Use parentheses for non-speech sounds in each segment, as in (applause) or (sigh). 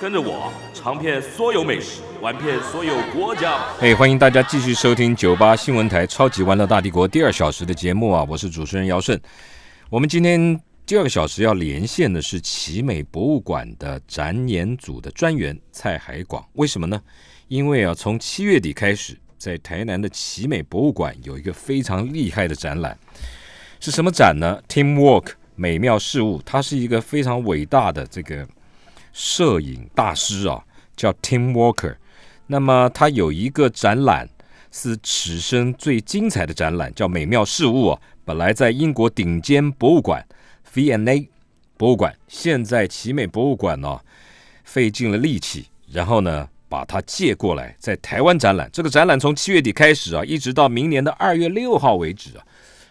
跟着我尝遍所有美食，玩遍所有国家。嘿，欢迎大家继续收听九八新闻台《超级玩乐大帝国》第二小时的节目啊！我是主持人姚顺。我们今天第二个小时要连线的是奇美博物馆的展演组的专员蔡海广。为什么呢？因为啊，从七月底开始，在台南的奇美博物馆有一个非常厉害的展览，是什么展呢？Teamwork 美妙事物，它是一个非常伟大的这个。摄影大师啊，叫 Tim Walker。那么他有一个展览是此生最精彩的展览，叫《美妙事物》啊。本来在英国顶尖博物馆 V&A 博物馆，现在奇美博物馆呢、啊，费尽了力气，然后呢把它借过来，在台湾展览。这个展览从七月底开始啊，一直到明年的二月六号为止啊，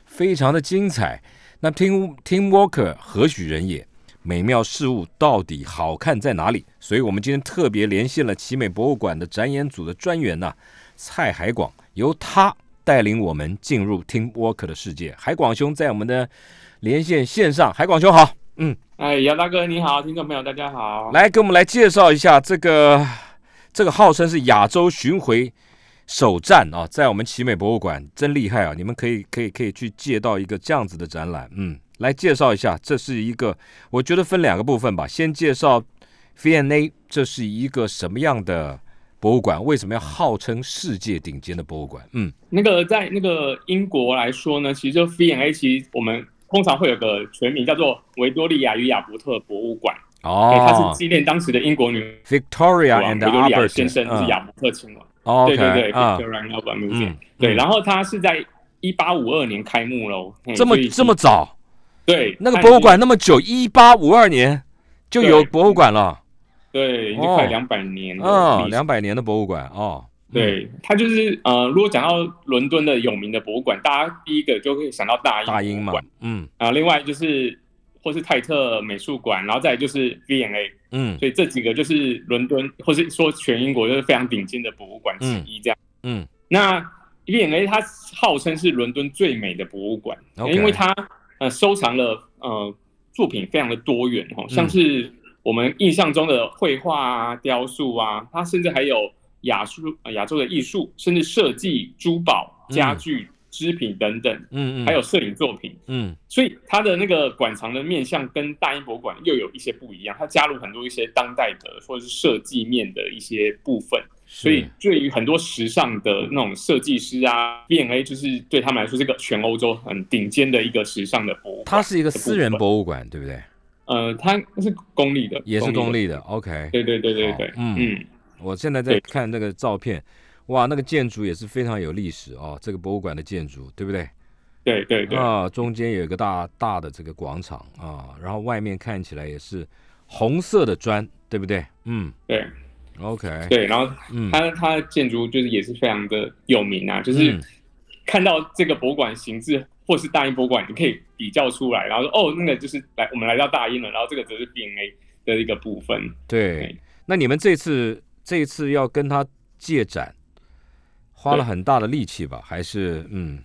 非常的精彩。那 Tim Tim Walker 何许人也？美妙事物到底好看在哪里？所以我们今天特别连线了奇美博物馆的展演组的专员呐、啊，蔡海广，由他带领我们进入 Tim Walker 的世界。海广兄在我们的连线线上，海广兄好，嗯，哎，姚大哥你好，听众朋友大家好，来给我们来介绍一下这个这个号称是亚洲巡回首站啊，在我们奇美博物馆，真厉害啊！你们可以可以可以去借到一个这样子的展览，嗯。来介绍一下，这是一个，我觉得分两个部分吧。先介绍 V&A，这是一个什么样的博物馆？为什么要号称世界顶尖的博物馆？嗯，那个在那个英国来说呢，其实就 V&A，其实我们通常会有个全名叫做维多利亚与亚伯特博物馆。哦，哎它是纪念当时的英国女 Victoria and 维多利亚 Albert 先生嗯是亚伯特亲王。哦对对对 OK，啊， ，Victoria and Albert 嗯 Museum。对，然后它是在一八五二年开幕喽。嘿这么所以这么早，对那个它已博物经馆那么久，一八五二年就有对博物馆了，对已经哦快两百年了。嗯，两百年的博物馆哦，对，它就是呃，如果讲到伦敦的有名的博物馆，大家第一个就会想到大英大英嘛博物馆，嗯然啊后另外就是或是泰特美术馆，然后再来就是 V&A，嗯所以这几个就是伦敦或是说全英国就是非常顶尖的博物馆之一这样。嗯，那 V&A 它号称是伦敦最美的博物馆嗯 OK 因为它呃收藏了呃作品非常的多元哦，嗯像是我们印象中的绘画啊、雕塑啊，它甚至还有亚术、呃亚洲的艺术，甚至设计、珠宝、嗯家具、织品等等，嗯嗯，还有摄影作品。嗯所以它的那个馆藏的面向跟大英博物馆又有一些不一样，它加入很多一些当代的或者是设计面的一些部分。所以是对于很多时尚的那种设计师啊，B&A 就是对他们来说，这个全欧洲很顶尖的一个时尚的博物馆。它是一个私人的部博物馆，对不对？分，呃，它是公立的，也是公立立的，OK，的。对对对对对好，嗯嗯我现在在对看那个照片，哇，那个建筑也是非常有历史哦，这个博物馆的建筑，对不对？对对对，啊，中间有一个大大的这个广场啊，然后外面看起来也是红色的砖，对不对？嗯对，OK，对，然后嗯它它的建筑就是也是非常的有名啊，就是嗯看到这个博物馆形制或是大英博物馆，你可以比较出来，然后说哦，那个就是来我们来到大英了，然后这个则是 B&A 的一个部分。对。那你们这次这次要跟他借展，花了对很大的力气吧？还是嗯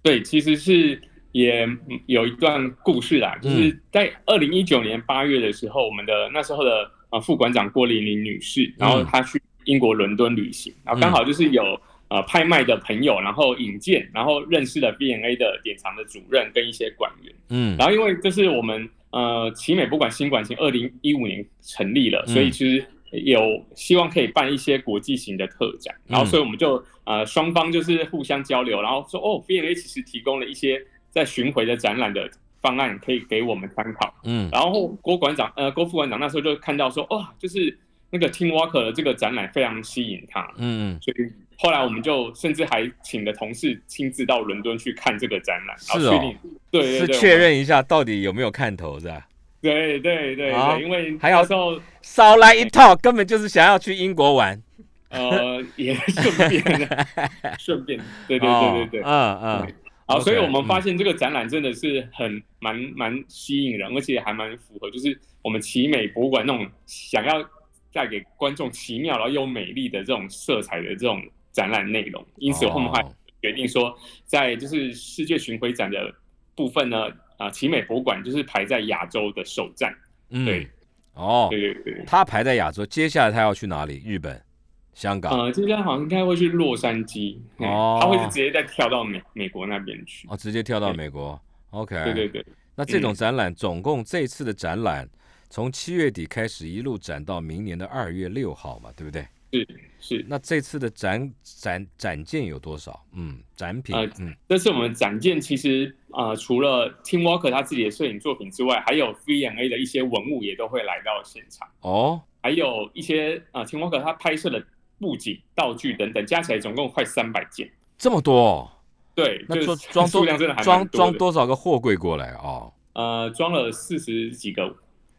对，其实是也嗯有一段故事啦，嗯就是在二零一九年八月的时候，我们的那时候的呃副馆长郭玲玲女士，然嗯后她去英国伦敦旅行，然后刚好就是有呃拍卖的朋友，然后引荐，然后认识了 B&A 的典藏的主任跟一些馆员，嗯然后因为这是我们呃奇美博物馆新馆型二零一五年成立了，嗯所以其实有希望可以办一些国际型的特展，然嗯后所以我们就呃双方就是互相交流，然后说哦 V&A 其实提供了一些在巡回的展览的方案可以给我们参考，嗯然后郭馆长呃郭副馆长那时候就看到说哇、就是那个 Tim Walker 的这个展览非常吸引他，嗯嗯，所以后来我们就甚至还请了同事亲自到伦敦去看这个展览，然是哦后确定、对对对是我们确认一下到底有没有看头是吧？对对对好对，因为还有那时候少来一套，根本就是想要去英国玩。 (laughs) 呃，也顺便的，顺便，对对对对对。嗯嗯，好， OK，所以我们嗯发现这个展览真的是很蛮蛮吸引人，而且还蛮符合就是我们奇美博物馆那种想要带给观众奇妙然后又美丽的这种色彩的这种展览内容。因此，我们还哦决定说，在就是世界巡回展的部分呢，啊、奇美博物馆就是排在亚洲的首站。嗯对，哦，对对对。他排在亚洲，接下来他要去哪里？日本、香港。呃，这家好像应该会去洛杉矶，嘿哦他会是直接再跳到美美国那边去。哦，直接跳到美国。OK，对对对，那这种展览，总共这次的展览从七月底开始，一路展到明年的二月六号嘛，对不对？是。那这次的展展展件有多少？嗯，展品，呃嗯，这次我们展件其实呃，除了 Tim Walker 他自己的摄影作品之外，还有 V&A 的一些文物也都会来到现场，哦，还有一些呃 Tim Walker 他拍摄的布景、道具等等，加起来总共快三百件。这么多哦，对，那就装是装 (laughs) 数量真的多还装蛮装多的。多少个货柜过来哦？呃，装了四十几个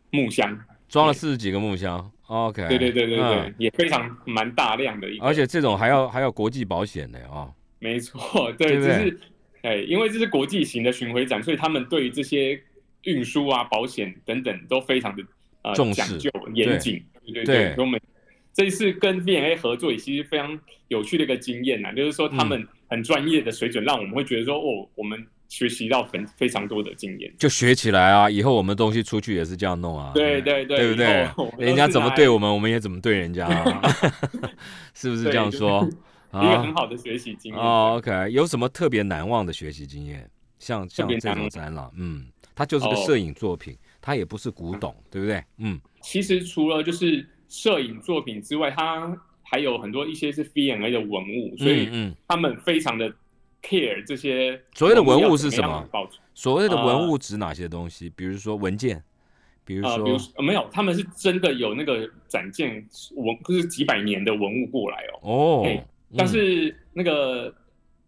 木箱。装了四十几个木箱。OK，对对对对对，嗯也非常蛮大量的一个。而且这种还要还要国际保险的哦。没错，对，对不就对是，哎，因为这是国际型的巡回展，所以他们对于这些运输啊、保险等等都非常的呃重视讲究、严谨，对对对所以我们这一次跟 V&A 合作也其实非常有趣的一个经验呐、啊就是说嗯他们很专业的水准，让我们会觉得说，哦，我们学习到很非常多的经验。就学起来啊！以后我们东西出去也是这样弄啊，对对对对不对以 (laughs) 后我们？都是人家怎么对我们，我们也怎么对人家、啊， (laughs) 是不是这样说一个很啊？好的学习经验。哦，OK，有什么特别难忘的学习经验？像特像别这难种忘展览，嗯，它就是个哦摄影作品，它也不是古董，对不对？嗯，其实除了就是摄影作品之外，它还有很多一些是 V&A 的文物，所以嗯嗯，他们非常的 care 这些所谓的文物要是怎什样么保存？所谓的呃文物指哪些东西？比如说文件，比如呃，比如说说、呃没有，他们是真的有那个展件文，就是几百年的文物过来哦。哦嘿，但是那个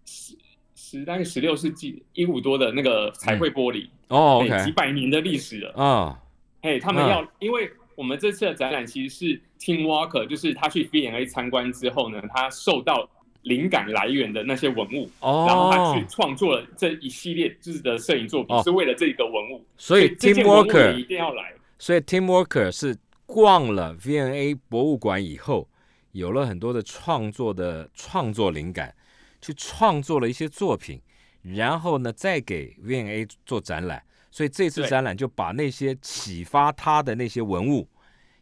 十十大概十六世纪一五多的那个彩绘玻璃，嗯哦嘿几，OK，百年的历史了。啊，嘿，他们嗯要，因为我们这次的展览其实是 Tim Walker，就是他去 V&A 参观之后呢，他受到灵感来源的那些文物，哦，然后他去创作了这一系列就是的摄影作品，哦是为了这个文物。所以这 Tim 件文物 Walker 你一定要来。所以 Tim Walker 是逛了 V&A 博物馆以后，有了很多的创作的创作灵感，去创作了一些作品，然后呢再给 V&A 做展览。所以这次对展览就把那些启发他的那些文物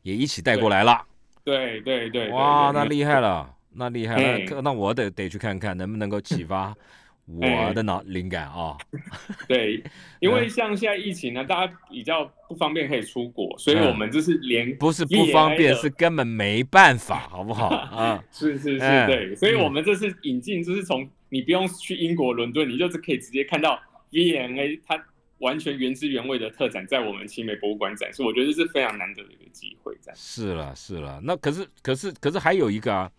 也一起带过来了。对对对，对哇，对那厉害了，那厉害了，哎那那我得得去看看能不能够启发我嗯的脑灵感啊。对，因嗯为像现在疫情呢，大家比较不方便可以出国，所以嗯我们就是连不是不方 V&A 便，的是根本没办法，好不好啊？是是是，嗯对，所以我们这次引进就是从你不用去英国伦敦，你就是可以直接看到 V&A 它完全原汁原味的特展，在我们奇美博物馆展示，我觉得这是非常难得的一个机会。这样是了，是了。那可是，可是，可是还有一个啊，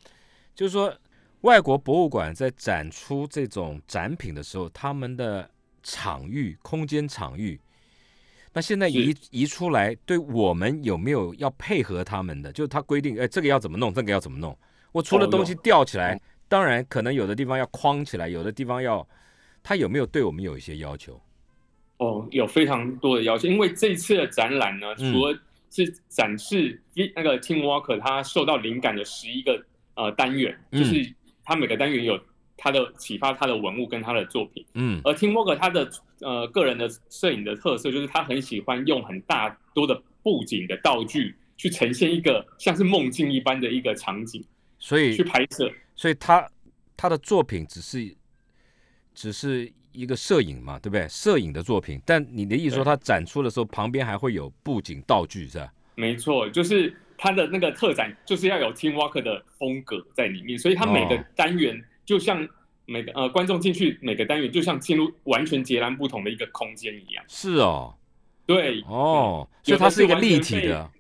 就是说，外国博物馆在展出这种展品的时候，他们的场域、空间场域，那现在移移出来，对我们有没有要配合他们的？就是他规定，哎，这个要怎么弄，这个要怎么弄。我除了哦东西吊起来，当然可能有的地方要框起来，有的地方要，他有没有对我们有一些要求？哦，有非常多的要求，因为这一次的展览呢，嗯除了是展示 V 那个 Tim Walker 他受到灵感的十一个呃单元，嗯就是他每个单元有他的启发他的文物跟他的作品。嗯，而 Tim Walker 他的呃个人的摄影的特色就是他很喜欢用很大多的布景的道具去呈现一个像是梦境一般的一个场景所以去拍摄。所以他他的作品只是只是一个摄影嘛，对不对？摄影的作品，但你的意思说他展出的时候旁边还会有布景道具是吧？没错，就是他的那个特展就是要有 Tim Walker 的风格在里面，所以他每个哦单元就像每个呃观众进去每个单元就像进入完全截然不同的一个空间一样。是哦，对，哦，所有以的它是一个是完全立体的，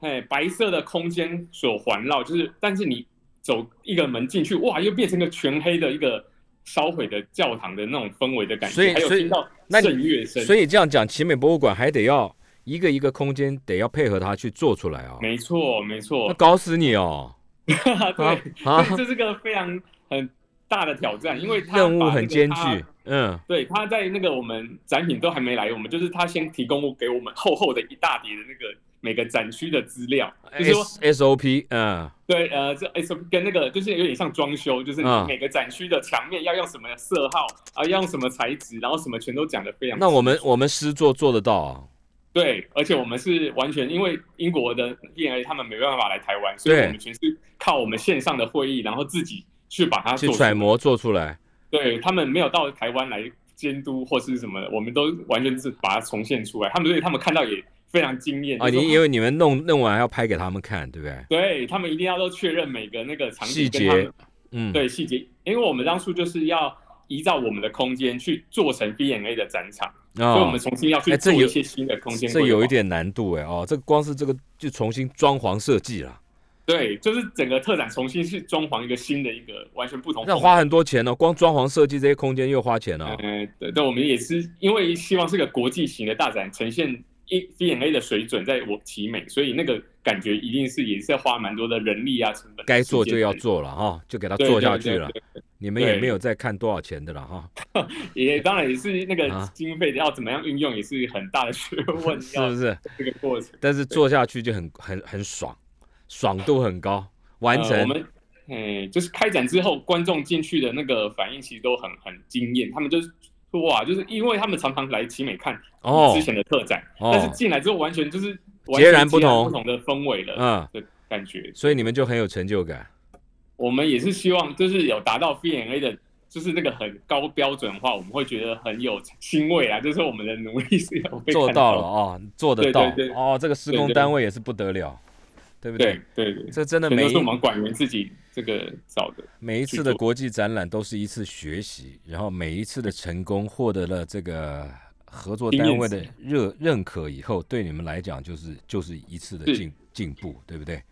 哎，白色的空间所环绕，就是，但是你走一个门进去，哇，又变成个全黑的一个烧毁的教堂的那种氛围的感觉，所以还有所以听到那你圣乐声，所以这样讲，奇美博物馆还得要一个一个空间得要配合它去做出来哦，没错没错那，搞死你哦！ (laughs) 对，啊所以这是个非常很大的挑战，因为他任务把很那个艰他巨，嗯，对，他在那个我们展品都还没来，我们就是他先提供给我们厚厚的一大叠的那个每个展区的资料，哎就是说 S S O P，嗯，对，呃，这 S 跟那个就是有点像装修，就是你嗯每个展区的墙面要用什么色号啊，要用什么材质，然后什么全都讲的非常。那我们我们诗作做得到啊，对，而且我们是完全因为英国的 DNA 他们没办法来台湾，所以对我们全是靠我们线上的会议，然后自己去把它去做出来揣摩做出来，对他们没有到台湾来监督或是什么的，我们都完全是把它重现出来。他们所以他们看到也非常惊艳啊，就你说因为你们弄弄完要拍给他们看，对不对？对他们一定要都确认每个那个场景细跟他们节，嗯，，对细节，因为我们当初就是要依照我们的空间去做成 B&A 的展场，所以我啊们，重新要去哎这做有一些新的空间这规有一划点难度哎，哦，这个光是这个就重新装潢设计了，对，就是整个特展重新去装潢一个新的一个完全不同那风格花很多钱哦，光装潢设计这些空间又花钱哦，嗯，对，对，我们也是因为希望是个国际型的大展，呈现一 V&A 的水准在我奇美，所以那个感觉一定是也是要花蛮多的人力啊成本，该做就要时间做了哈，就给它对做下对对去了对，你们也对没有再看多少钱的了哈。成本，也当然也是那个啊经费要怎么样运用，也是很大的学问，是要不是？这个过程但是做下去就很很很爽，爽度很高，完呃我成。们。哎，就是开展之后，观众进去的那个反应其实都很很惊艳，他们就是说哇，就是因为他们常常来奇美看哦之，前的特展，哦但是进来之后完全就是完全截然不同不同的氛围了，嗯，的感觉。所以你们就很有成就感。我们也是希望就是有达到 V&A 的，就是那个很高标准化，我们会觉得很有欣慰啊，就是我们的努力是有被做看到到了的。哦，做得对到对对哦，这个施对工对单位也是不得了，对不对？对对，这真的全每都是我一们馆员自己这个找的。每一次的国际展览都是一次学习，然后每一次的成功获得了这个合作单位的经认认可以后，对你们来讲就是就是一次的是进进步，对不对？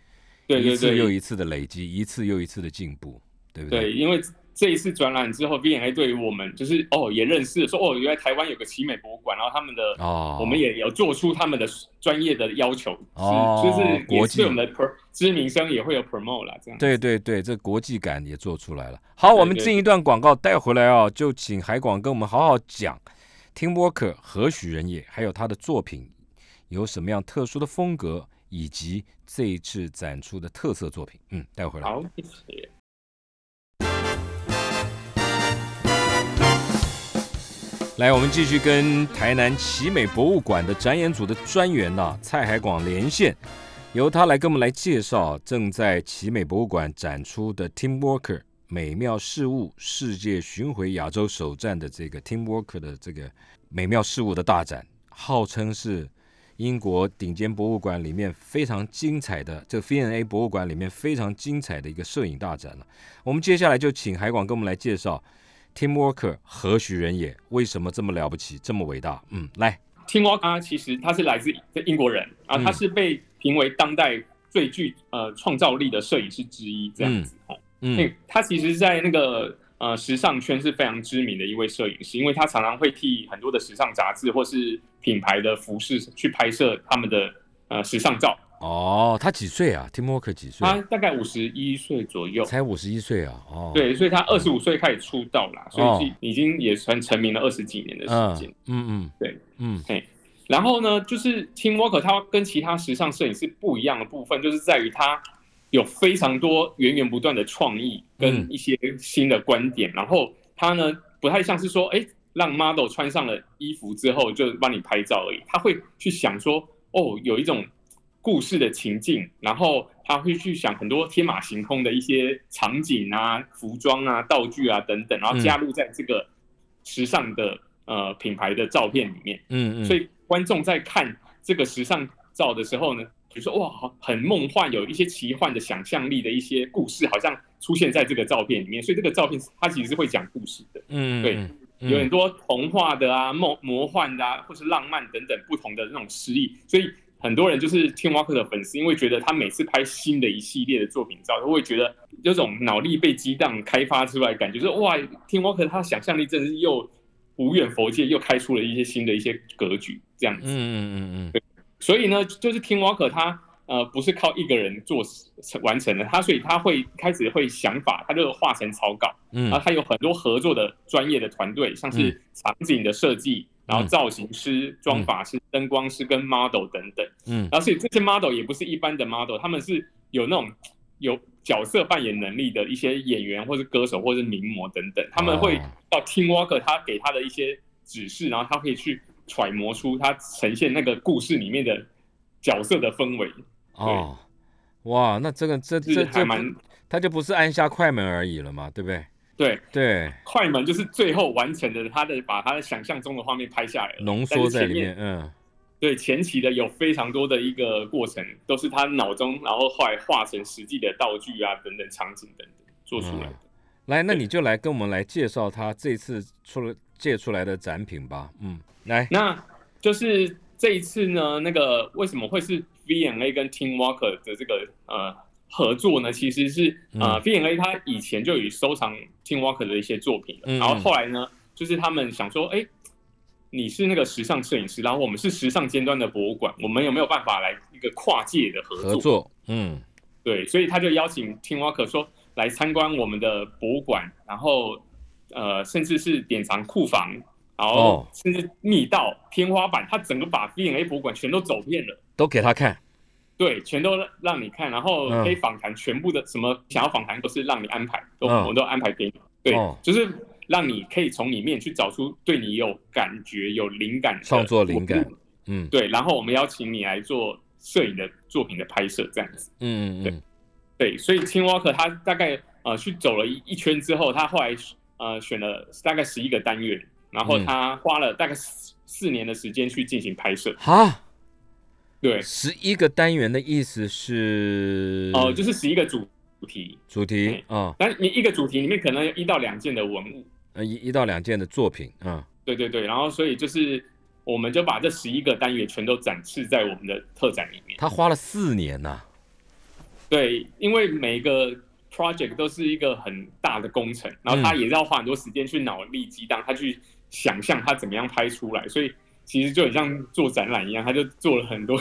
对一对次又对一次的累积，一次又一次的进步，对不对？对，因为这一次展览之后，V&A 对于我们就是哦也认识了说哦，原来台湾有个奇美博物馆，然后他们的哦，我们也有做出他们的专业的要求，哦是就是国也际是对我们的 pro, 知名声也会有 promote 啦，这样。对对对，这国际感也做出来了。好，我们对进一段广告带回来哦，就请海广跟我们好好讲 Tim Walker 何许人也，还有他的作品有什么样特殊的风格，以及这一次展出的特色作品。嗯，带回来。好，谢谢。来，我们继续跟台南奇美博物馆的展演组的专员呐、蔡海广连线，由他来跟我们来介绍正在奇美博物馆展出的 Tim Walker 美妙事物世界巡回亚洲首站的这个 Tim Walker 的这个美妙事物的大展，号称是英国顶尖博物馆里面非常精彩的这个 V&A 博物馆里面非常精彩的一个摄影大展了。我们接下来就请海广跟我们来介绍 Tim Walker 何许人也？为什么这么了不起，这么伟大？嗯，来， Tim Walker 其实他是来自英国人啊，嗯他是被评为当代最具呃创造力的摄影师之一这样子哦。那、嗯他其实，在那个呃时尚圈是非常知名的一位摄影师，因为他常常会替很多的时尚杂志或是品牌的服饰去拍摄他们的呃时尚照。哦，他几岁啊？Tim Walker 几岁？他大概五十一岁左右。才五十一岁啊！哦，，对，所以他二十五岁开始出道啦，哦所以是已经也算成名了二十几年的嗯时间。嗯嗯，对，嗯然后呢，就是 Tim Walker 他跟其他时尚摄影师不一样的部分，就是在于他有非常多源源不断的创意嗯跟一些新的观点。然后他呢，不太像是说，哎，让 model 穿上了衣服之后就帮你拍照而已，他会去想说，哦，有一种故事的情境，然后他会去想很多天马行空的一些场景啊、服装啊、道具啊等等，然后加入在这个时尚的呃品牌的照片里面。嗯嗯，所以观众在看这个时尚照的时候呢，比如说哇，好很梦幻，有一些奇幻的想象力的一些故事，好像出现在这个照片里面。所以这个照片它其实是会讲故事的，嗯对嗯嗯有很多童话的啊、梦魔幻的啊，或是浪漫等等不同的那种诗意。所以很多人就是 Tim Walker 的粉丝，因为觉得他每次拍新的一系列的作品照，都会觉得有种脑力被激荡开发出来的感觉，就是哇，Tim Walker 他想象力真的是又无远佛界，又开出了一些新的一些格局，这样子。嗯嗯嗯嗯所以呢，就是 Tim Walker 他呃不是靠一个人做完成的，他所以他会开始会想法，他就画成草稿，然后嗯他有很多合作的专业的团队，像是场景的设计，然后造型师、妆发师、灯光师跟 model 等等。嗯然后所以这些 model 也不是一般的 model，他们是有那种有角色扮演能力的一些演员或是歌手或是名模等等，他们会哦到 Tim Walker 他给他的一些指示，然后他可以去揣摩出他呈现那个故事里面的角色的氛围，哦，哇，那这个这就是这还这蛮不，他就不是按下快门而已了嘛，对不对？对。对，快门就是最后完成的，他的把他的想象中的画面拍下来了，浓但缩是在前里面面，嗯，对前期的有非常多的一个过程，都是他脑中，然后后来画成实际的道具啊，等等场景等等做出来的。来，那对你就来跟我们来介绍他这次出了借出来的展品吧，嗯，来，那就是这一次呢，那个为什么会是 VNA 跟 Team Walker 的这个呃合作呢？其实是嗯呃、VNA 他以前就有收藏 Team Walker 的一些作品了，嗯嗯然后后来呢，就是他们想说，哎、你是那个时尚摄影师，然后我们是时尚尖端的博物馆，我们有没有办法来一个跨界的合合作，嗯对，所以他就邀请 Tim Walker 说来参观我们的博物馆，然后呃，甚至是典藏库房，然哦后甚至密道、天花板，他整个把 V&A 博物馆全都走遍了。都给他看，对，全都让你看，然后嗯可以访谈全部的什么想要访谈都是让你安排，都嗯我们都安排给你。对哦，就是让你可以从里面去找出对你有感觉、有灵感的创作灵感作品嗯对，然后我们邀请你来做摄影的作品的拍摄，这样子。嗯嗯嗯，对，所以 Tim Walker 他大概呃去走了一一圈之后，他后来呃选了大概十一个单元，然后嗯他花了大概四四年的时间去进行拍摄。哈，对，十一个单元的意思是，哦、就是哎十一个主题，主题啊，但你一个主题里面可能有一到两件的文物。呃一一到两件的作品，嗯，对对对，然后所以就是我们就把这十一个单元全都展示在我们的特展里面。他花了四年呐、对，因为每个 project 都是一个很大的工程，然嗯后他也要花很多时间去脑力激荡，他去想象他怎么样拍出来，所以其实就很像做展览一样，他就做了很多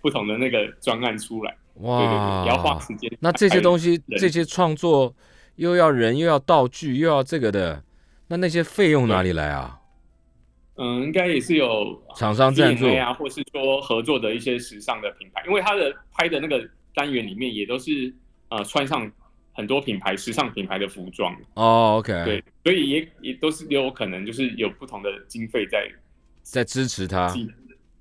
不同的那个 (laughs) 专案出来，对对哇，对，也要花哎时间。那这些东西，西，人这些创作又要人，又要道具，又要这个的，那那些费用哪里来啊？嗯，应该也是有厂商赞助 V&A 啊，或是说合作的一些时尚的品牌，因为他的拍的那个单元里面也都是呃穿上很多品牌时尚品牌的服装。哦，OK，对，，所以也也都是有可能就是有不同的经费在在支持他进，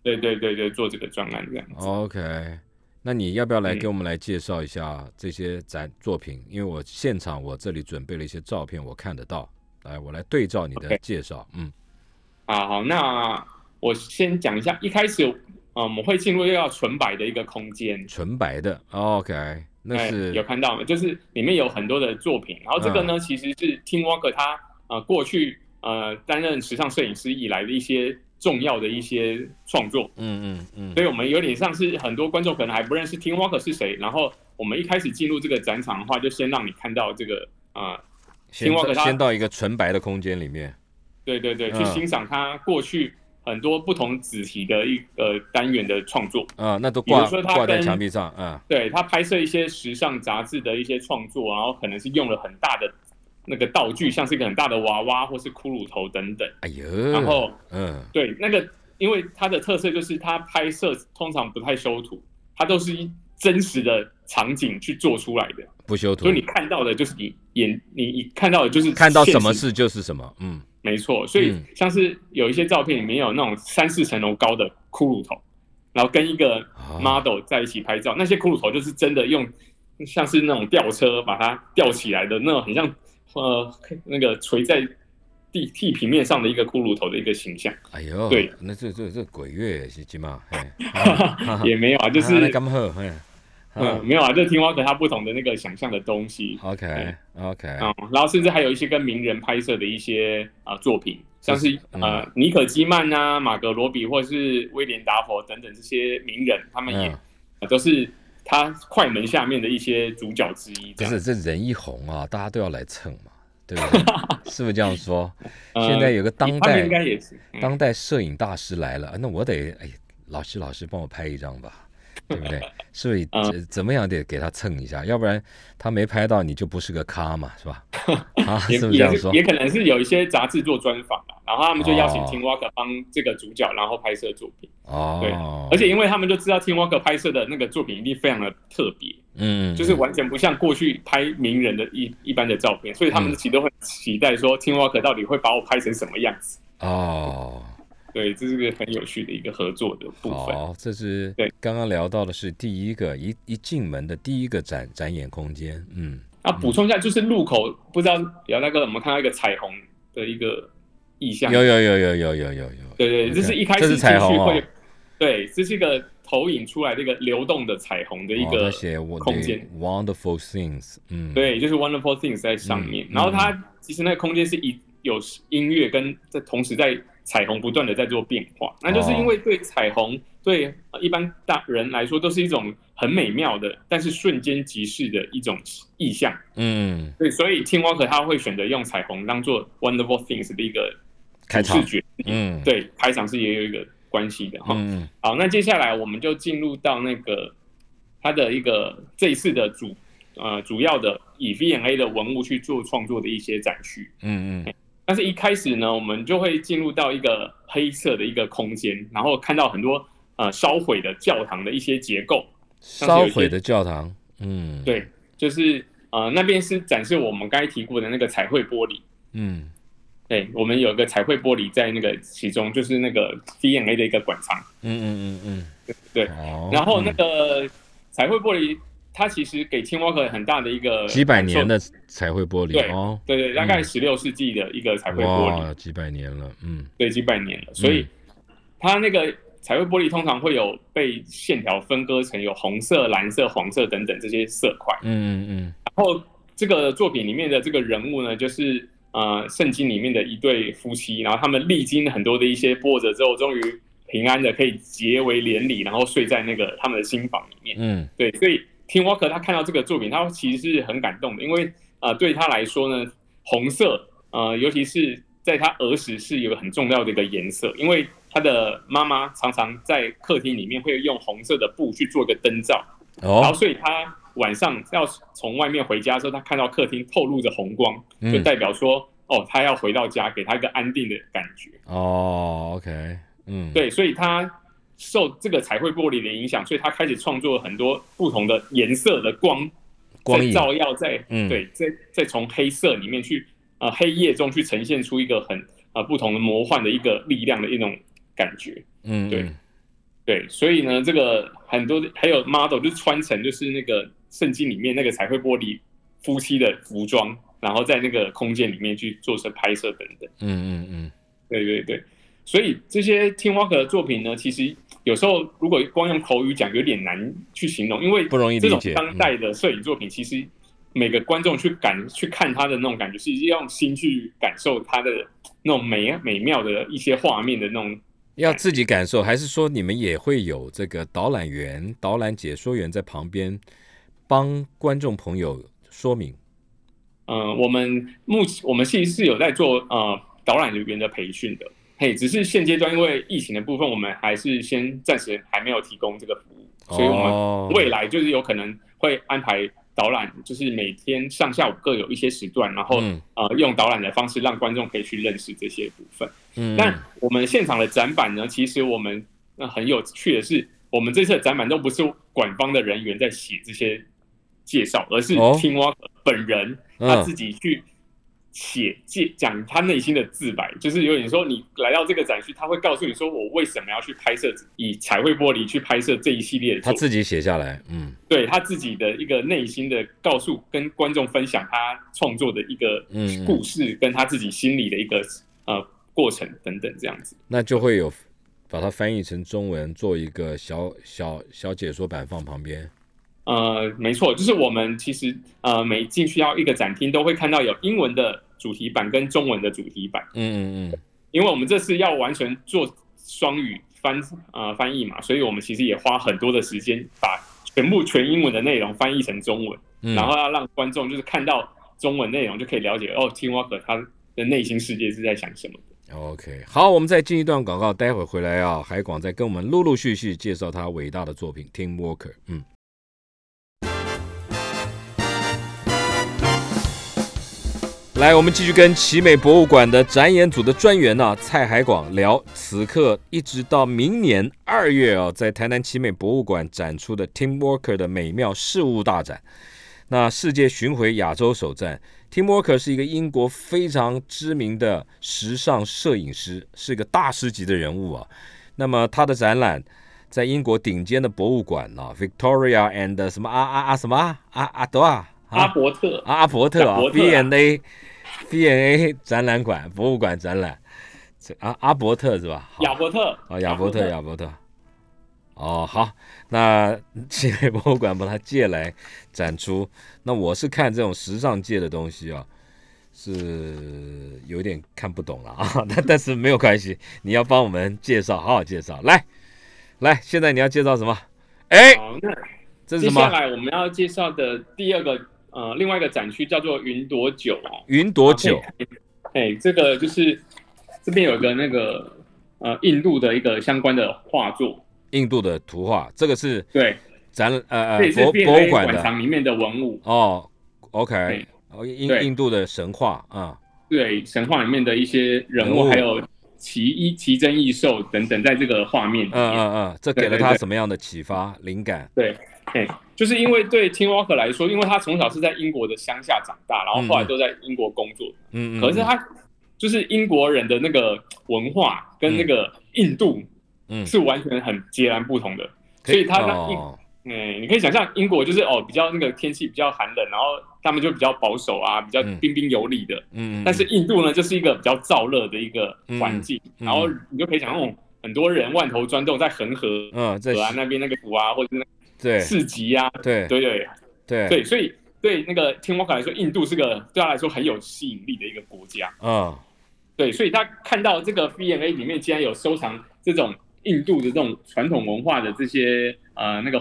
对对对对，做这个专案这样哦子。 ，OK。那你要不要来嗯给我们来介绍一下这些展作品？因为我现场我这里准备了一些照片，我看得到。来，我来对照你的 OK 介绍。嗯啊，好，那我先讲一下，一开始，呃，我们会进入一个纯白的一个空间，纯白的，OK，那哎是嗯有看到吗？就是里面有很多的作品，然后这个呢，其实是 Tim Walker 他呃过去呃担任时尚摄影师以来的一些重要的一些创作，嗯嗯所以我们有点像是很多观众可能还不认识 Tim Walker 是谁，然后我们一开始进入这个展场的话，就先让你看到这个啊、呃嗯，先听我到给他先到一个纯白的空间里面，对对对，嗯去欣赏他过去很多不同子题的一呃单元的创作。啊，那都比如挂说他挂在跟墙壁上，啊，对他拍摄一些时尚杂志的一些创作，然后可能是用了很大的那个道具，像是一个很大的娃娃或是骷髅头等等。哎呦，然后嗯，对那个，因为它的特色就是它拍摄通常不太修图，它都是一真实的场景去做出来的。不修图所以，你看到的就是你眼，你你看到的就是看到什现么实，事就是什么，嗯，没错。所以嗯像是有一些照片里面有那种三四层楼高的骷髅头，然后跟一个啊 model 在一起拍照，那些骷髅头就是真的用像是那种吊车把它吊起来的那种，很像呃那个垂在地地平面上的一个骷髅头的一个形象，哎呦，对，那这这这鬼月是起码， (laughs) 嘿也没有啊，就是啊那刚好，嘿，嗯没有啊，就是听蛙哥他不同的那个想象的东西。 ，OK 对 OK，嗯，然后甚至还有一些跟名人拍摄的一些啊、呃作品，像是嗯呃尼可基曼啊、马格罗比或是威廉达佛等等这些名人，他们也、嗯呃都是他快门下面的一些主角之一。不这样是这人一红啊，大家都要来蹭 (laughs) 嘛，对不对？是不是这样说？呃现在有个当他们代应该也是、嗯当代摄影大师来了，啊那我得哎，老师老师帮我拍一张吧。对 (laughs) 不对？所以呃怎怎么样得给他蹭一下，要不然他没拍到你就不是个咖嘛，是 (laughs) 吧？啊，也是不是这样也是说？也可能是有一些杂志做专访啊，然后他们就邀请哦 Tim Walker 帮这个主角，然后拍摄作品。对哦，而且因为他们就知道 Tim Walker 拍摄的那个作品一定非常的特别，嗯，就是完全不像过去拍名人的一一般的照片，所以嗯他们其实都很期待说 Tim Walker 到底会把我拍成什么样子。哦，对，这是个很有趣的一个合作的部分。好，这是对刚刚聊到的是第一个一一进门的第一个展展演空间，嗯，那补充一下，就是路口不知道有那个我们看到一个彩虹的一个意象，有有有有有有有有，对对， OK 这是一开始这进是去彩虹哦会，对，这是一个投影出来的一个流动的彩虹的一哦个他写我空间， wonderful things，嗯，对，就是 Wonderful Things 在上面。嗯然后它其实那个空间是一有音乐跟在同时在彩虹不断的在做变化，那就是哦因为对彩虹对呃一般大人来说都是一种很美妙的，但是瞬间即逝的一种意象。嗯，对，所以 Tim Walker 他会选择用彩虹当做 Wonderful Things 的一个开场视，觉，嗯，，对，开场是也有一个关系的哈。嗯好，那接下来我们就进入到那个他的一个这一次的主呃主要的以 V&A 的文物去做创作的一些展区。嗯嗯，但是一开始呢，我们就会进入到一个黑色的一个空间，然后看到很多呃烧毁的教堂的一些结构。烧毁的教堂，嗯，，对，就是呃那边是展示我们刚才提过的那个彩绘玻璃。嗯对，我们有一个彩绘玻璃在那个其中，就是那个 V&A 的一个馆藏。嗯嗯嗯嗯，对哦，然后那嗯个彩绘玻璃，它其实给 Tim Walker 很大的一个几百感年受，的彩绘玻璃对哦，对对，大概嗯十六世纪的一个彩绘玻璃，哇，几百年了，嗯对，几百年了。所以它那个彩绘玻璃通常会有被线条分割成有红色、蓝色、黄色等等这些色块。嗯嗯然后这个作品里面的这个人物呢，就是呃圣经里面的一对夫妻，然后他们历经很多的一些波折之后，终于平安的可以结为连理，然后睡在那个他们的新房里面。嗯对，所以 Tim Walker 他看到这个作品，他其实是很感动的，因为呃，对他来说呢，红色呃，尤其是在他儿时是有很重要的一个颜色，因为他的妈妈常常在客厅里面会用红色的布去做一个灯罩，嗯，然后哦，所以他晚上要从外面回家的时候，他看到客厅透露着红光，就嗯代表说。哦，他要回到家，给他一个安定的感觉。哦，OK，嗯，，对，所以他受这个彩绘玻璃的影响，所以他开始创作很多不同的颜色的光光在影照耀在，嗯对，在在从黑色里面去呃黑夜中去呈现出一个很呃不同的魔幻的一个力量的一种感觉。嗯对嗯对，所以呢，这个很多还有 model 就是穿成就是那个圣经里面那个彩绘玻璃夫妻的服装，然后在那个空间里面去做成拍摄等等。嗯嗯嗯，对对对，所以这些 Tim Walker 的作品呢，其实有时候如果光用口语讲，有点难去形容，因为不容易理这解嗯种当代的摄影作品，其实每个观众去感去看他的那种感觉，是要用心去感受他的那种美美妙的一些画面的那种。要自己感受，还是说你们也会有这个导览员、导览解说员在旁边帮观众朋友说明？嗯、我们目前我们其实是有在做呃导览人员的培训的，嘿，只是现阶段因为疫情的部分，我们还是先暂时还没有提供这个服务，所以我们哦未来就是有可能会安排导览，就是每天上下午各有一些时段，然后、嗯呃用导览的方式让观众可以去认识这些部分。嗯，那、我们现场的展板呢，其实我们、呃、很有趣的是，我们这次的展板都不是馆方的人员在写这些介绍，而是哦青蛙本人、嗯他自己去。写借讲他内心的自白，就是有点说你来到这个展区，他会告诉你说我为什么要去拍摄，以彩绘玻璃去拍摄这一系列的他作品。自己写下来，嗯对他自己的一个内心的告诉，跟观众分享他创作的一个嗯嗯故事，跟他自己心里的一个呃过程等等这样子。那就会有把它翻译成中文，做一个小小小解说版放旁边。呃，没错，就是我们其实呃每进去到一个展厅，都会看到有英文的主题版跟中文的主题版，嗯嗯嗯，因为我们这次要完全做双语翻呃翻译嘛，所以我们其实也花很多的时间把全部全英文的内容翻译成中文。嗯然后要让观众就是看到中文内容就可以了解哦，Tim Walker 他的内心世界是在想什么的。 OK，好，我们再进一段广告，待会儿回来啊，海广再跟我们陆陆续续介绍他伟大的作品《Tim Walker》。嗯。来，我们继续跟奇美博物馆的展演组的专员呢、蔡海广聊，此刻一直到明年二月啊、在台南奇美博物馆展出的 Tim Walker 的美妙事物大展。那世界巡回亚洲首站，Tim Walker 是一个英国非常知名的时尚摄影师，是个大师级的人物啊。那么他的展览在英国顶尖的博物馆啊，Victoria and 什么啊啊啊什么啊啊啊多啊啊阿伯特，阿伯特啊阿伯特，B 啊 N A B N A 展览馆博物馆展览，这阿阿伯特是吧？好亚伯特，啊，亚伯特，亚伯特。哦，好，那西北博物馆把它借来展出。那我是看这种时尚界的东西啊，是有点看不懂了啊。 (laughs) 但但是没有关系，你要帮我们介绍，好好介绍。来，来，现在你要介绍什么？哎，好，那这是接什下么？来我们要介绍的第二个呃，另外一个展区叫做云朵酒哦。云朵酒。哎，这个就是这边有一个那个呃印度的一个相关的画作，印度的图画，这个是对，展呃这也呃是博 B&A 博物馆馆的藏里面的文物，哦，OK，对哦印对印度的神话啊，对，神话里面的一些人人物物，还有奇异奇珍异兽等等，在这个画面里嗯面。嗯嗯，这给了对对他对什么样的启发灵感？嘿，就是因为对 Tim Walker 来说，因为他从小是在英国的乡下长大，然后后来都在英国工作，嗯嗯嗯，可是他就是英国人的那个文化跟那个印度嗯是完全很截然不同的，可以所以他那一哦，嗯，你可以想象英国就是哦比较那个天气比较寒冷，然后他们就比较保守啊，比较嗯彬彬有礼的，嗯，嗯但是印度呢，就是一个比较燥热的一个环境，嗯然后你就可以想哦，很多人万头钻洞在恒河嗯，在河啊那边那个湖啊，或者是那个对市集啊，对对对对对，所以对那个天王卡来说，印度是个对他来说很有吸引力的一个国家。嗯对，所以他看到这个 V&A 里面竟然有收藏这种印度的这种传统文化的这些呃那个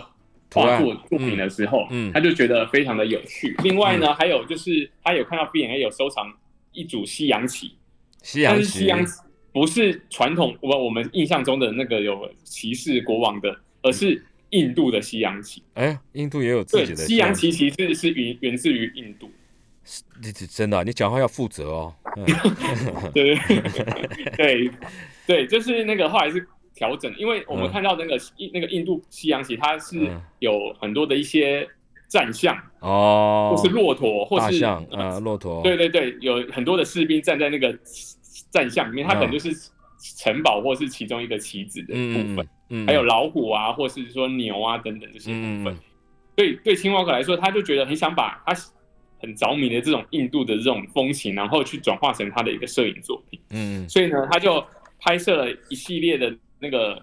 画图作案作品的时候，嗯嗯嗯他就觉得非常的有趣。另外呢，还有就是他有看到 V&A 有收藏一组西洋棋，西但洋是棋，西洋棋不是传统我我们印象中的那个有骑士国王的，而是印度的西洋棋。哎，印度也有嗯自对己，的西洋棋其实是源源自于印度。这这真的啊，你讲话要负责哦， (laughs) 嗯对对对对对，就是那个后来是调整，因为我们嗯看到那个印、那个印度西洋棋，它是嗯有很多的一些战象，哦或，是骆驼，或大是呃象啊，骆驼，对对对，有很多的士兵站在那个战象里面，它嗯可能就是城堡或是其中一个棋子的部嗯，分嗯，嗯，还有老虎啊，或是说牛啊等等这些部分。嗯对对，青蛙哥来说，他就觉得很想把他很着迷的这种印度的这种风情，然后去转化成他的一个摄影作品。嗯所以呢，他就拍摄了一系列的那个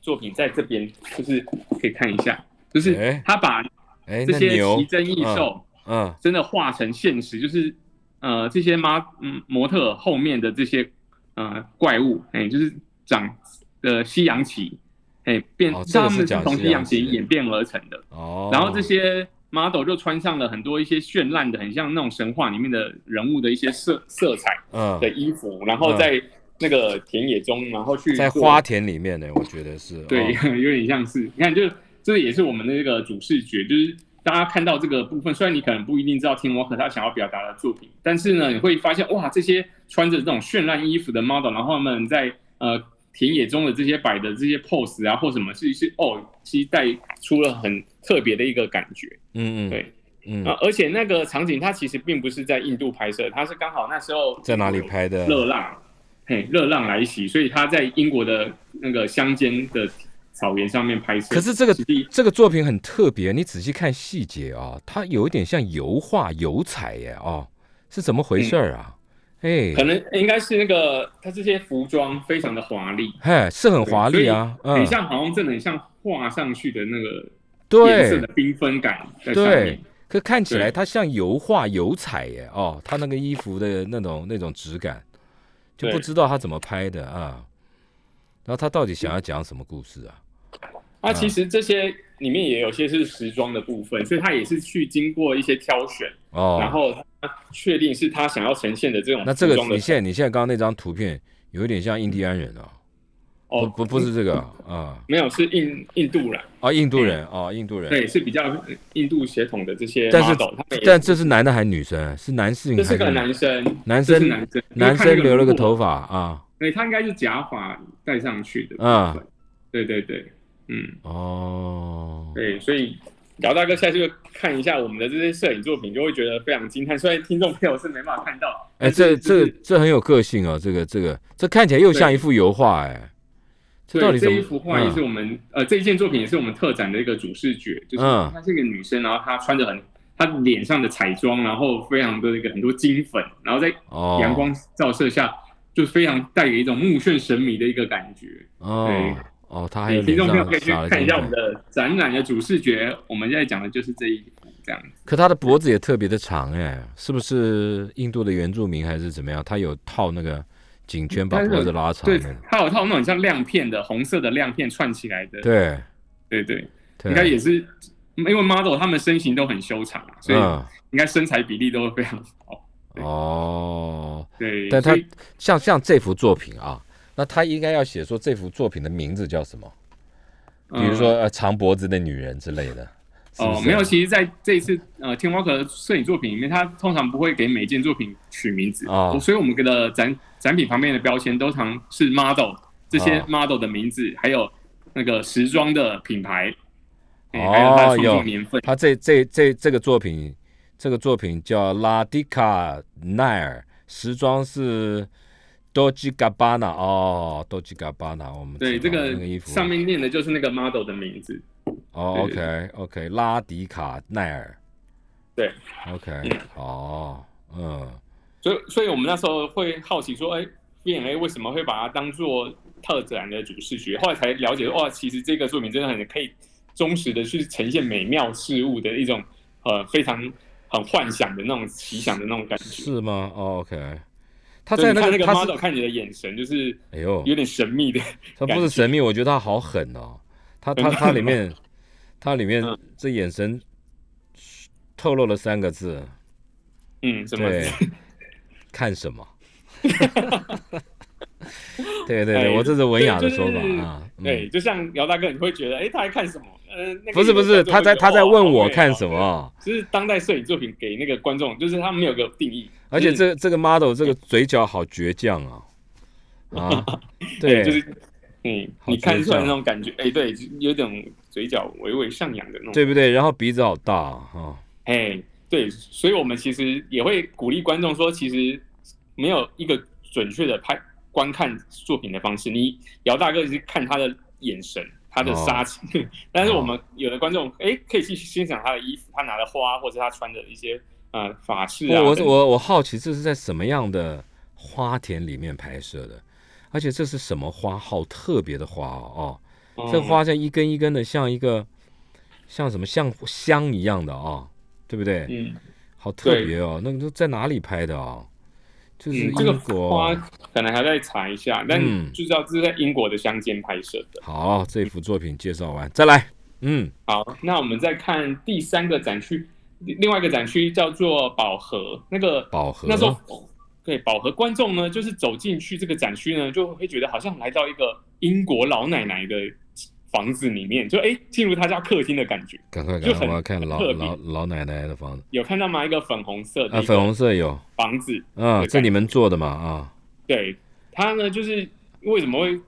作品，在这边就是可以看一下，就哎是他把哎，这那些牛奇，珍异兽嗯真的化成现实，就是呃这些妈嗯模特后面的这些呃怪物，哎、就是长的西洋棋，哎、变、哦这个他是们讲是从西西洋洋棋棋演变而成的。哦，然后这些 model 就穿上了很多一些绚烂的，很像那种神话里面的人物的一些色色彩嗯的衣服，然后在那个田野中，然后去在做花田里面呢，我觉得是对，哦 (laughs) 有点像是，你看，就这也是我们的那个主视觉，就是大家看到这个部分，虽然你可能不一定知道听我可他想要表达的作品，但是呢，你会发现哇，这些穿着这种绚烂衣服的 model，然后他们在呃田野中的这些摆的这些 pose 啊，或什么是是 (laughs) 哦，其实带出了很特别的一个感觉。嗯嗯对嗯啊，而且那个场景它其实并不是在印度拍摄，它是刚好那时候在哪里拍的？热浪，嘿，热浪来袭，所以它在英国的那个乡间的草原上面拍摄。可是这个实地这个作品很特别，你仔细看细节啊、它有一点像油画、油彩耶哦，是怎么回事儿啊？哎、嗯可能应该是那个它这些服装非常的华丽，嘿，是很华丽啊，很嗯，像好像真的很像画上去的那个颜色对的缤纷感在上对面。，可看起来对它像油画、油彩耶哦，它那个衣服的那种那种质感，就对不知道他怎么拍的啊。然后他到底想要讲什么故事啊？那、其实这些里面也有些是时装的部分，所以它也是去经过一些挑选，然哦，后它确定是他想要呈现的这种那这个 (laughs) 服装的你现在你现在刚刚那张图片有一点像印第安人啊，不哦，不不是这 (laughs) 个啊没有，是印印度啦，啊，印度人啊，印度人，对，是比较印度血统的这些但是 model，他们也但这是男的还是女生？是男性这还是个是男生，男这是生男生，男生留了个头发，发啊对，他应该是假发戴上去的，啊对对对，嗯，哦，对，所以。姚大哥下去就看一下我们的这些摄影作品，就会觉得非常惊叹。虽然听众朋友是没办法看到，哎，但是这就是这这很有个性哦，这个这个这看起来又像一幅油画哎，这对，到底怎这么？一幅画也嗯是我们、呃这一件作品也是我们特展的一个主视觉，就是嗯她是一个女生，然后她穿着很她脸上的彩妆，然后非常多的一个很多金粉，然后在哦阳光照射下，就非常带给一种目眩神迷的一个感觉。哦对哦，他还有对，听脸众朋友上可以去撒了看一金下我们粉，的展览的主视觉，我们现在讲的就是这一幅这样子。可他的脖子也特别的长哎，是不是印度的原住民还是怎么样？他有套那个颈圈把但是脖子拉长对的，，它有套那种像亮片的红色的亮片串起来的，对对对，对，应该也是因为 model 他们身形都很修长啊，所以嗯应该身材比例都会非常好。对哦，对，但他所以像像这幅作品啊，那他应该要写说这幅作品的名字叫什么？比如说、呃，长脖子的女人之类的。是不嗯呃哦，是没有，其实在这一次呃天花壳的摄影作品里面，他通常不会给每件作品取名字哦所以我们给的展展品旁边的标签都常是 model 这些哦 model 的名字，还有那个时装的品牌，哎哦还有它的创有作年份。他这这这这个作品，这个作品叫《拉迪卡奈尔》，时装是 Doji Gabbana 哦，Doji Gabbana，我们对，知这道哦个那个衣服上面念的就是那个 model 的名字。哦对，OK OK，拉迪卡奈尔，对，OK，哦，嗯，所以，所以我们那时候会好奇说，哎，B&A 为什么会把它当做特展的主视觉？后来才了解，哇，其实这个作品真的很可以忠实的去呈现美妙事物的一种呃非常很幻想的那种奇想的那种感 (laughs) 觉。是吗、哦、？OK，他他在那个看他是 model 看你的眼神，就是哎呦，有点神秘的。他不是神秘，我觉得他好狠哦，他他真的他里吗面他里面嗯这眼神透露了三个字，嗯，什么？对，看什 (laughs) 么？对对哎对，我这是文雅的对说就是哎法啊。嗯对，，就像姚大哥，你会觉得，哎，他在看什么？呃，那个不是不是，就会他在觉得他在哇问好我美看哦什么对啊？就是当代摄影作品给那个观众，就是他们有个定义，而且就是这这个 model 这个嗯嘴角好倔强啊啊！ (laughs) 对，哎就是嗯，好你看出来倔强那种感觉，哎、对，就有点嘴角微微上扬的那种，，对不对？然后鼻子好大啊！啊哎、对，所以我们其实也会鼓励观众说，其实没有一个准确的拍观看作品的方式，你姚大哥是看他的眼神。他哦的杀气， (laughs) 但是我们有的观众哎、可以去欣赏他的衣服，他拿的花，或者他穿的一些呃法式不啊。我等我我好奇这是在什么样的花田里面拍摄的？而且这是什么花？好特别的花哦！哦等这嗯花像一根一根的，像一个像什么像香一样的啊、对不对？嗯，好特别哦，那个都在哪里拍的哦？就是嗯英，这个国。花可能还在查一下，但嗯就知道这是在英国的乡间拍摄的。好，这幅作品介绍完，再来，嗯，好，那我们再看第三个展区，另外一个展区叫做宝和，那个宝盒那时候对宝和观众呢，就是走进去这个展区呢，就会觉得好像来到一个英国老奶奶的房子里面，就哎进入她家客厅的感觉。赶快就赶快，很我要看老特别老老奶奶的房子有看到吗？一个粉红色的啊，一粉个红色有，房子，啊，对这你们做的嘛啊？对它呢，就是为什么会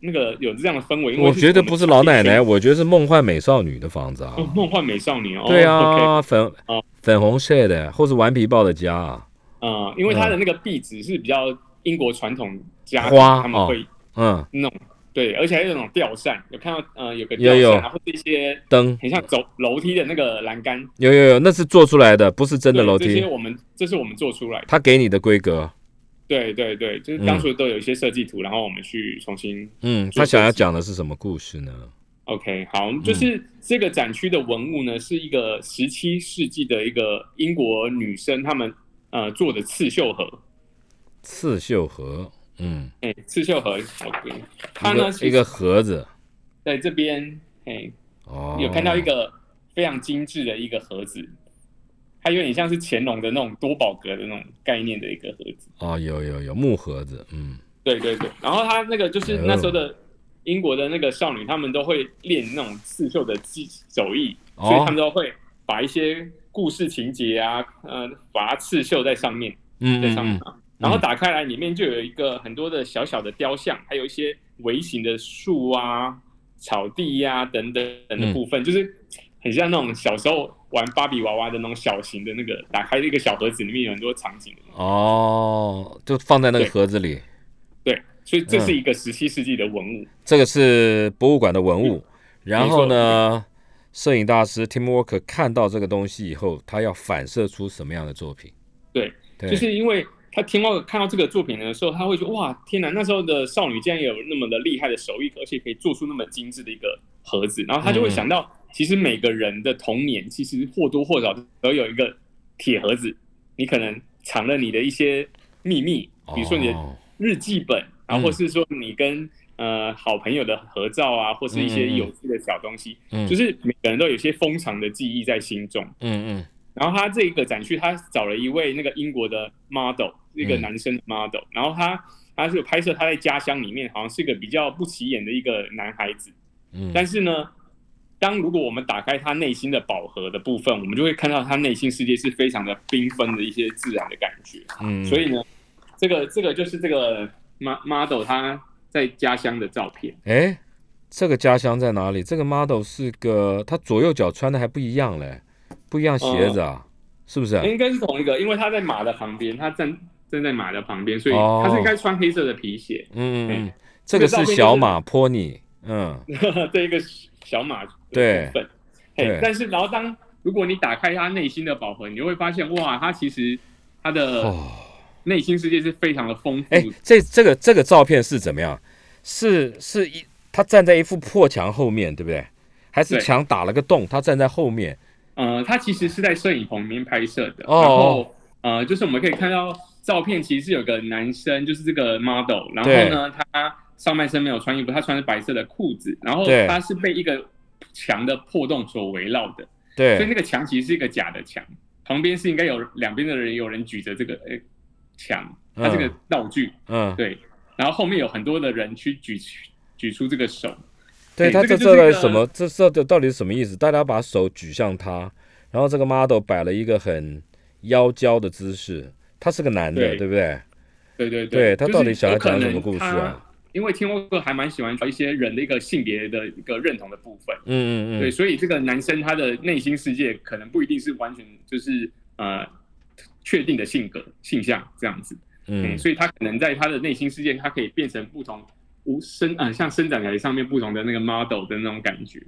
那个有这样的氛围？因为我觉得不是老奶奶，哦，我觉得是梦幻美少女的房子啊。梦幻美少女哦，对 OK 啊，粉哦粉红色的，或是顽皮豹的家啊，嗯，因为它的那个壁纸是比较英国传统家庭花他们会嗯，弄、对，而且还有那种吊扇，有看到呃有个有吊扇，有然后是一些灯很像走楼梯的那个栏杆，有有有，那是做出来的，不是真的对楼这些梯，我们这是我们做出来的，他给你的规格，对对对，就是当初都有一些设计图，然后我们去重新嗯，做他想要设计讲的是什么故事呢？ OK，好，就是这个展区的文物呢，是一个十七世纪的一个英国女生她们呃做的刺绣盒，刺绣盒，嗯，哎、刺绣盒，OK，它一呢个其实一个盒子，在这边，哎，哦，有看到一个非常精致的一个盒子，它有点像是乾隆的那种多宝格的那种概念的一个盒子。哦，有有有木盒子，嗯，对对对，然后他那个就是哎呦那时候的英国的那个少女，她们都会练那种刺绣的技手艺，所以哦她们都会把一些故事情节啊，呃，把它刺绣在上面，嗯在嗯上面嗯，啊。然后打开来，里面就有一个很多的小小的雕像，还有一些微型的树啊、草地呀、等等等嗯的部分，就是很像那种小时候玩芭比娃娃的那种小型的那个，打开一个小盒子，里面有很多场景。嗯哦，就放在那个对盒子里。对，所以这是嗯一个十七世纪的文物。这个是博物馆的文物。然后嗯没呢，摄影大师 Tim Walker 看到这个东西以后，他要反射出什么样的作品？对，对，就是因为他听到看到这个作品的时候，他会觉得哇，天哪！那时候的少女竟然有那么的厉害的手艺，而且可以做出那么精致的一个盒子，然后他就会想到，嗯其实每个人的童年其实或多或少都有一个铁盒子，你可能藏了你的一些秘密，比如说你的哦日记本，然嗯后或是说你跟呃好朋友的合照啊，或是一嗯些嗯嗯有趣的小东西，嗯就是每个人都有一些疯长的记忆在心中。嗯嗯然后他这个展区，他找了一位那个英国的 model，一嗯个男生的 model，、然后他他是有拍摄他在家乡里面，好像是一个比较不起眼的一个男孩子，嗯，但是呢，当如果我们打开他内心的宝盒的部分，我们就会看到他内心世界是非常的缤纷的一些自然的感觉，嗯所以呢，这个这个就是这个 mo- model 他在家乡的照片，哎，这个家乡在哪里？这个 model 是个，他左右脚穿的还不一样嘞，不一样鞋子哦啊，是不是？应该是同一个，因为他在马的旁边，他站站在马的旁边，所以哦他是应该穿黑色的皮鞋。嗯嗯嗯哎，这个这个照是片就是小马坡尼，嗯 (laughs) 这一个小马的对部分，对嘿，但是然后当如果你打开他内心的宝盒，你就会发现哇，他其实他的哦。内心世界是非常的丰富。哎，这这个这个照片是怎么样？是是一他站在一副破墙后面，对不对？还是对墙打了个洞，他站在后面？呃，他其实是在摄影棚里面拍摄的，哦然后呃，就是我们可以看到照片，其实是有个男生，就是这个 model，然后呢，他上半身没有穿衣服，他穿的白色的裤子，然后对他是被一个墙的破洞所围绕的，所以对，那个墙其实是一个假的墙，旁边是应该有两边的人有人举着这个呃墙，它这个道具、嗯，对，然后后面有很多的人去举举出这个手，对，哎他这这个这就是一个个什么？这这这到底是什么意思？大家把手举向他，然后这个 model 摆了一个很腰交的姿势，他是个男的，对对不对？对对对他到底想要就是讲有什可能么故事啊他？因为天沃克还蛮喜欢一些人的一个性别的一个认同的部分，嗯嗯对，嗯，所以这个男生他的内心世界可能不一定是完全就是呃确定的性格性向这样子。嗯，嗯所以他可能在他的内心世界，他可以变成不同无生啊、像生长台上面不同的那个 model 的那种感觉，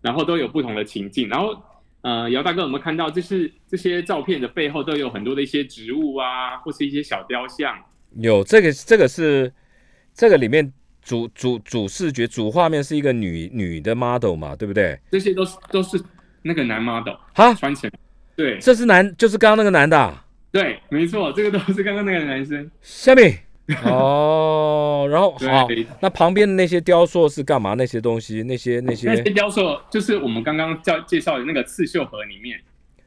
然后都有不同的情境。然后呃，姚大哥有没有看到，就是这些照片的背后都有很多的一些植物啊，或是一些小雕像。有这个这个是这个里面主主主视觉主画面是一个女女的 model 嘛，对不对？这些都是都是那个男 model 哈，穿成，对这是男，就是刚刚那个男的啊、对，没错，这个都是刚刚那个男生，下 (laughs) 面哦，然后好对，那旁边的那些雕塑是干嘛？那些东西，那些那那些些雕塑就是我们刚刚叫介绍的那个刺绣盒里面，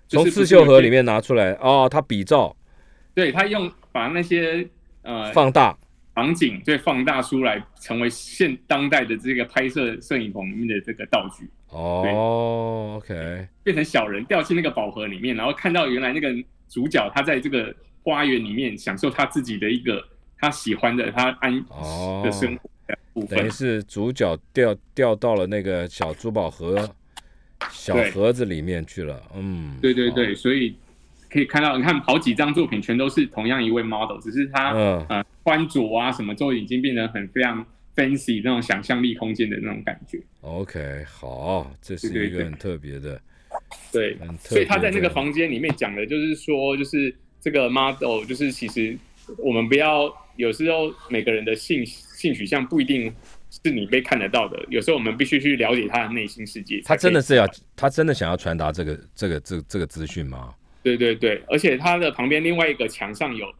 从就是刺不是有绣盒些里，面拿出来哦，它比照对他用把那些呃放大，场景对放大出来，成为现当代的这个拍摄摄影棚里面的这个道具，哦，OK，变成小人掉进那个宝盒里面，然后看到原来那个主角他在这个花园里面享受他自己的一个他喜欢的他安哦的生活的部等分于。是主角掉掉到了那个小珠宝盒小对盒子里面去了，嗯，对对好，对，所以可以看到，你看好几张作品全都是同样一位 model，只是他、嗯呃穿着啊什么都已经变得很非常 fancy 那种想象力空间的那种感觉。 ，OK，好，这是对对一个对很特别的，对，很特所别以的，他在那个房间里面讲的就是说，就是这个 model，就是其实我们不要有时候每个人的性性取向不一定是你被看得到的，有时候我们必须去了解他的内心世界才可以。他真的是要，他真的想要传达这个这个这这个资讯吗？对对对，而且他的旁边另外一个墙上有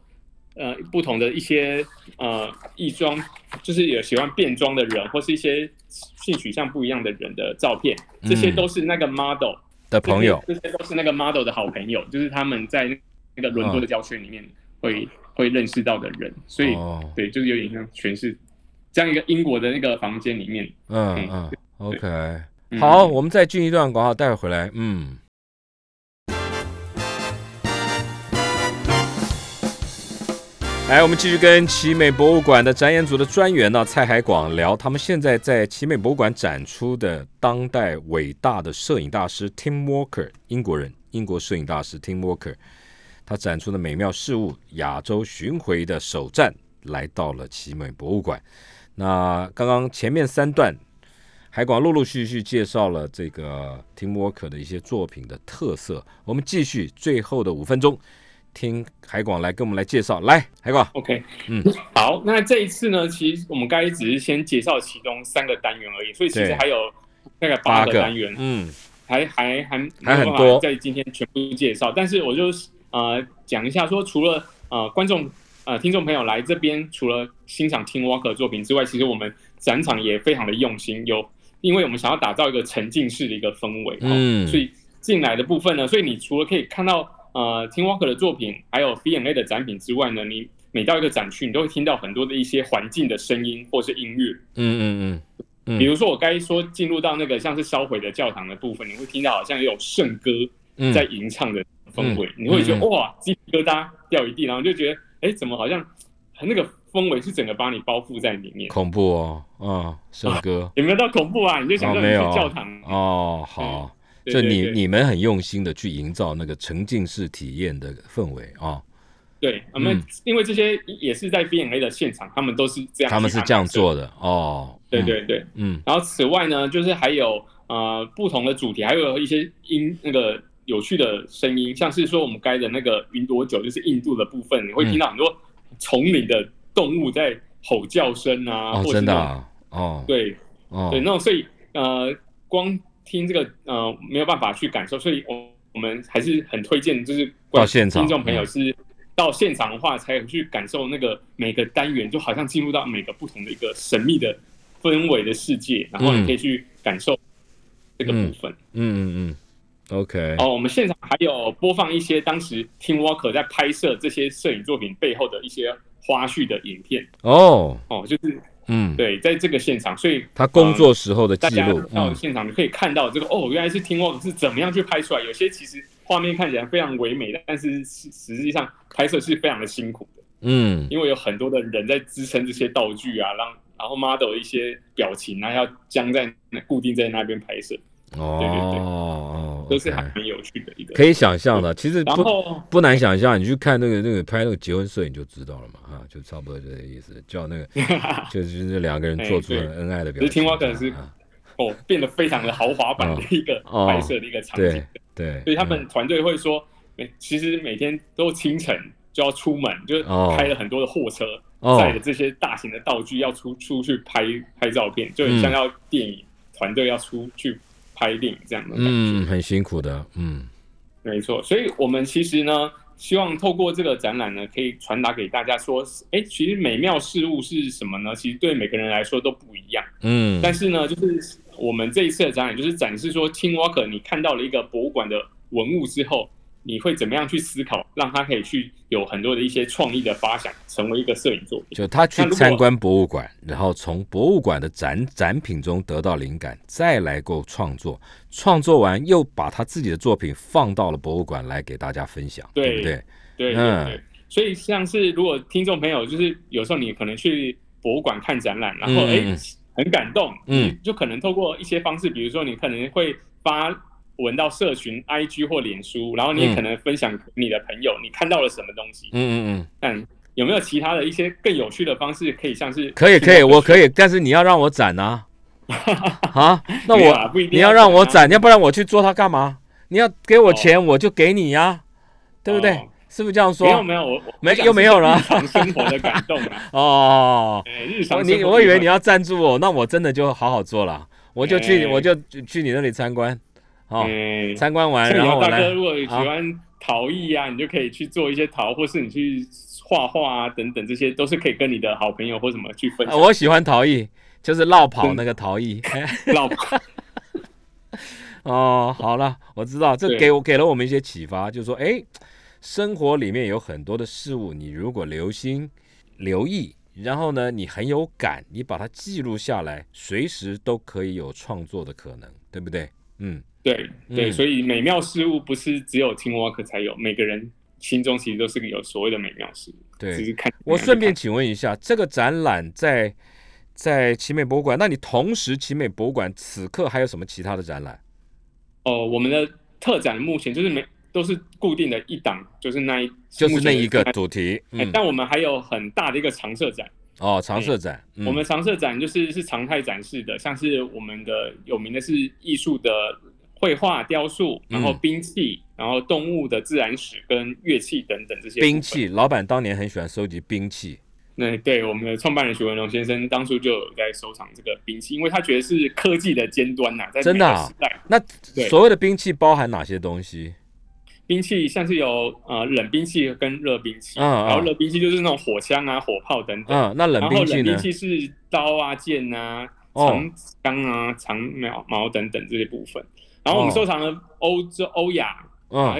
呃不同的一些呃异装，就是有喜欢变装的人或是一些性取向不一样的人的照片，这些嗯都是那个 model、的朋友，这些这些都是那个 model 的好朋友，就是他们在那个伦敦的郊区里面会会认识到的人，所以、嗯哦对，就是有点像全是这样一个英国的那个房间里面。嗯嗯嗯，OK，嗯好，我们再进一段广告，待会儿回来。嗯，来，我们继续跟奇美博物馆的展演组的专员呢蔡海广聊他们现在在奇美博物馆展出的当代伟大的摄影大师 Tim Walker，英国人，英国摄影大师 Tim Walker，他展出的美妙事物亚洲巡回的首站来到了奇美博物馆。那刚刚前面三段，海广陆陆续续介绍了这个 Tim Walker 的一些作品的特色。我们继续最后的五分钟，听海广来跟我们来介绍。来，海广， OK，嗯，好，那这一次呢，其实我们刚才只是先介绍其中三个单元而已，所以其对实还有大概八八个单元，嗯，还还还还很没有办法多在今天全部介绍。但是我就是呃讲一下说，除了呃观众呃听众朋友来这边，除了欣赏 Tim Walker 的作品之外，其实我们展场也非常的用心，有因为我们想要打造一个沉浸式的一个氛围，哦嗯所以进来的部分呢，所以你除了可以看到呃 Tim Walker 的作品，还有 V&A 的展品之外呢，你每到一个展区，你都会听到很多的一些环境的声音或是音乐。嗯嗯嗯比如说我刚才说进入到那个像是烧毁的教堂的部分，你会听到好像有圣歌嗯，在嗯，吟唱的氛围，你会觉嗯得哇，鸡皮疙瘩掉一地，然后就觉得哎，怎么好像那个氛围是整个把你包覆在里面，恐怖哦，嗯，圣歌，有没有到恐怖啊？你就想哦，到你没去有教堂，哦，好，啊嗯对就对你对你们很用心的去营造那个沉浸式体验的氛围啊、哦对，我们嗯因为这些也是在 B&A 的现场，他们都是这样，他们是这样，做的哦，对嗯，对对。嗯然后此外呢，就是还有呃不同的主题，还有一些音那个有趣的声音，像是说我们该的那个云朵酒，就是印度的部分，嗯你会听到很多丛林的动物在吼叫声啊，哦或，者真的、是那种啊，哦，对哦，对，那种所以呃，光听这个呃没有办法去感受，所以我我们还是很推荐，就是到现场听众朋友嗯是到现场的话，才有去感受那个每个单元，就好像进入到每个不同的一个神秘的氛围的世界，然后嗯你可以去感受这个部分。嗯嗯嗯，OK，哦，我们现场还有播放一些当时 Tim Walker 在拍摄这些摄影作品背后的一些花絮的影片哦，哦，就是嗯，对，在这个现场，所以他工作时候的大记家录，到嗯现场你可以看到这个、哦，原来是 Tim Walker 是怎么样去拍出来。有些其实画面看起来非常唯美，但是实实际上拍摄是非常的辛苦的，嗯因为有很多的人在支撑这些道具啊，让然后 model 的一些表情啊要僵在那固定在那边拍摄，哦，都是还 OK 蛮有趣的一个。可以想象的，其实然不后不难想象，你去看那个那个拍那个结婚摄影就知道了嘛，啊，就差不多就这个意思，叫那个就是这两个人做出哎了对恩爱的表只情，是 Tim Walker 是啊哦变得非常的豪华版的一个哦拍摄的一个场景。对对，所以他们嗯团队会说，每其实每天都清晨就要出门，就是哦开了很多的货车，哦载着这些大型的道具要出出去拍拍照片，就很嗯像要电影团队要出去拍电影这样的感觉。嗯很辛苦的，嗯没错，所以我们其实呢，希望透过这个展览呢，可以传达给大家说，哎，其实美妙事物是什么呢？其实对每个人来说都不一样。嗯，但是呢，就是我们这一次的展览，就是展示说 Tim Walker，你看到了一个博物馆的文物之后，你会怎么样去思考，让它可以去有很多的一些创意的发想，成为一个摄影作品。就他去那如果参观博物馆，然后从博物馆的展展品中得到灵感，再来够创作，创作完又把他自己的作品放到了博物馆来给大家分享，对对不对？对对嗯对。所以像是如果听众朋友，就是有时候你可能去博物馆看展览，然后嗯哎、嗯很感动，嗯你就可能透过一些方式，比如说你可能会发。文到社群、IG 或脸书，然后你也嗯可能分享给你的朋友，你看到了什么东西，嗯嗯嗯，但有没有其他的一些更有趣的方式，可以像是可以可以，我可以以，但是你要让我展 (laughs) 呐、啊，那没有啊我不一定你要要让我展啊展，要不然我去做它干嘛？你要给我钱，我就给你呀、对不对？哦是不是这样说？没有没有我我没我想又没有了，是日常生活的感动啊 (laughs) 哦，对 (laughs) 日我常生活你我以为你要赞助我，那我真的就好好做了，我就去、哎我就去去你那里参观，哦，哎，参观完像然后有我大哥来如果喜欢陶艺啊，你就可以去做一些陶，或是你去画画啊等等，这些都是可以跟你的好朋友或什么去分啊，享。我喜欢陶艺，就是绕嗯跑那个陶艺。 (laughs) (laughs) 老婆，哦，好了，我知道，这对给我给了我们一些启发，就是说，哎，生活里面有很多的事物，你如果留心、留意，然后呢，你很有感，你把它记录下来，随时都可以有创作的可能，对不对？嗯，对对，嗯所以美妙事物不是只有 Tim Walker 才有，每个人心中其实都是有所谓的美妙事物，只对。是看我顺便请问一下，这个展览在在奇美博物馆，那你同时奇美博物馆此刻还有什么其他的展览？哦，我们的特展目前就是每都是固定的一档，就是那一就是那一个目前主题，哎、嗯，但我们还有很大的一个常设展，哦，常设展，嗯我们常设展就是是常态展示的，像是我们的有名的是艺术的绘画、雕塑，然后嗯兵器，然后动物的自然史跟乐器等等这些部分兵。器，老板当年很喜欢收集兵器，那对我们的创办人许文龙先生当初就有在收藏这个兵器，因为他觉得是科技的尖端呐、在真的啊每个时代，那对所谓的兵器包含哪些东西？兵器像是有呃冷兵器跟热兵器，嗯嗯然后热兵器就是那种火枪啊、火炮等等，嗯，那冷然后兵冷器呢兵？器是刀啊、剑啊、哦长枪啊、长矛矛等等这些部分。然后我们哦收藏了欧洲、欧亚，还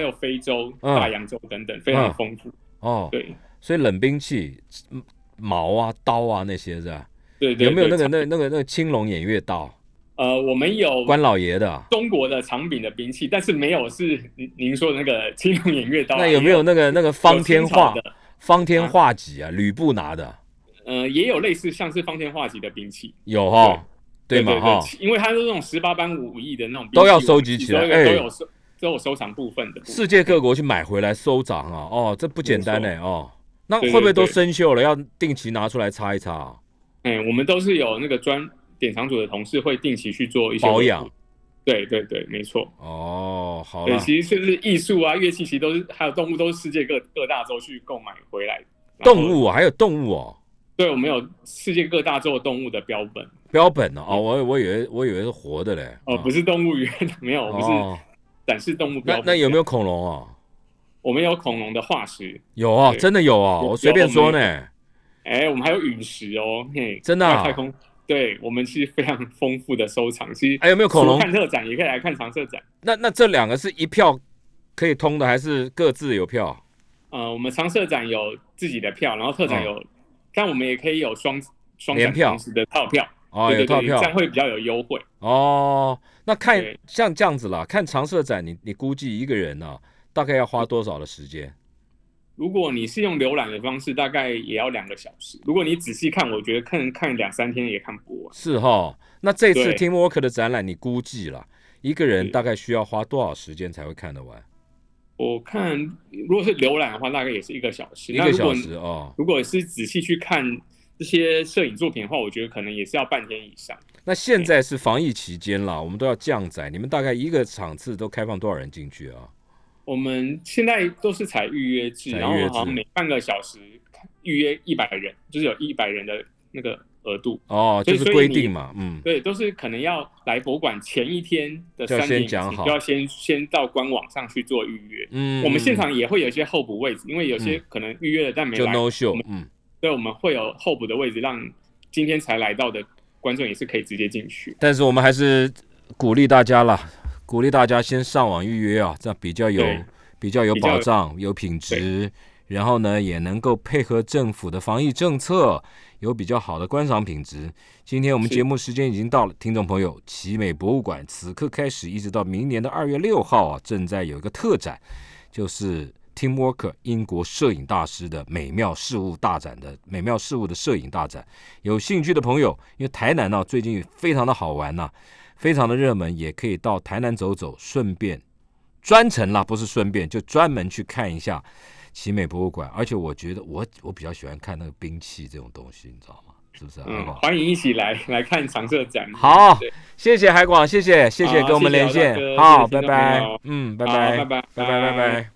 嗯，有非洲、嗯大洋洲等等，非常丰富。哦，对所以冷兵器，嗯矛啊、刀啊那些是吧？对对，有没有那对个、那个、那个、那个青龙偃月刀，呃，我们有关老爷的啊？中国的长柄的兵器，但是没有是您您说的那个青龙偃月刀啊、那有没有那个那个方天画有清朝的？方天画戟啊？吕布拿的呃，也有类似像是方天画戟的兵器，有哈？对嘛对哈？因为它是那种十八般武艺的那种兵器，都要收集起来都有哎都有收都有收藏部分的部分。世界各国去买回来收藏啊？哦，这不简单呢哦。那对会不会都对生锈了？要定期拿出来擦一擦啊？哎、我们都是有那个专典藏组的同事会定期去做一些保养维护。对对对，没错。哦，好对，了，其实就是艺术啊、乐器，其实都是还有动物，都是世界各各大洲去购买回来。然后动，物啊还有动物哦。对我们有世界各大洲的动物的标本，标本呢、哦？我我以为我以为是活的嘞。嗯哦、啊不是动物园， (laughs) 没有，我们是哦，展示动物标那本。那有没有？有恐龙啊？我们有恐龙的化石，有哦，对真的有哦，有我随便说呢。哎、我们还有陨石哦，嘿，真的啊外太空。对我们是非常丰富的收藏，其实哎有没有恐龙除看特展也可以来看常设展。那那这两个是一票可以通的，还是各自有票？呃，我们常设展有自己的票，然后特展有，但我们也可以有双双联嗯展票同时的套票，哦，对有对套对，这样票会比较有优惠。哦。那看对像这样子啦，看常设展，你你估计一个人呢、大概要花多少的时间？如果你是用浏览的方式，大概也要两个小时。如果你仔细看，我觉得看看两三天也看不完。是哈、那这次对 Team Work 的展览，你估计啦，一个人是大概需要花多少时间才会看得完？我看如果是浏览的话，大概也是一个小时。一那个如小果时哦。如果是仔细去看这些摄影作品的话，我觉得可能也是要半天以上。那现在是防疫期间啦，我们都要降载。你们大概一个场次都开放多少人进去啊？我们现在都是采预约制，采预然后约好制像每半个小时预约一百人，就是有一百人的那个额度。哦，所就以是规定嘛，嗯，对，都是可能要来博物馆前一天的就三要点先以前讲好就要先先到官网上去做预约。嗯，我们现场也会有一些候补位置，因为有些可能预约了但没就来， no 我 show，们嗯，所以我们会有候补的位置，让今天才来到的观众也是可以直接进去。但是我们还是鼓励大家啦，鼓励大家先上网预约啊，这样比较有对比较有比较保障，有品质，然后呢也能够配合政府的防疫政策，有比较好的观赏品质。今天我们是节目时间已经到了，听众朋友，奇美博物馆此刻开始一直到明年的二月六号啊，正在有一个特展，就是 Tim Walker 英国摄影大师的美妙事物大展的美妙事物的摄影大展。有兴趣的朋友，因为台南呢、最近非常的好玩呐、非常的热门，也可以到台南走走，顺便专程啦，不是顺便，就专门去看一下奇美博物馆。而且我觉得我我比较喜欢看那个兵器这种东西，你知道吗？是不是啊？嗯，好欢迎一起来来看常设展。好对，谢谢海广，谢谢谢谢好跟我们谢连谢姚线大哥，好，谢拜谢听众朋拜友，嗯，好，拜拜，拜拜，拜拜，拜拜。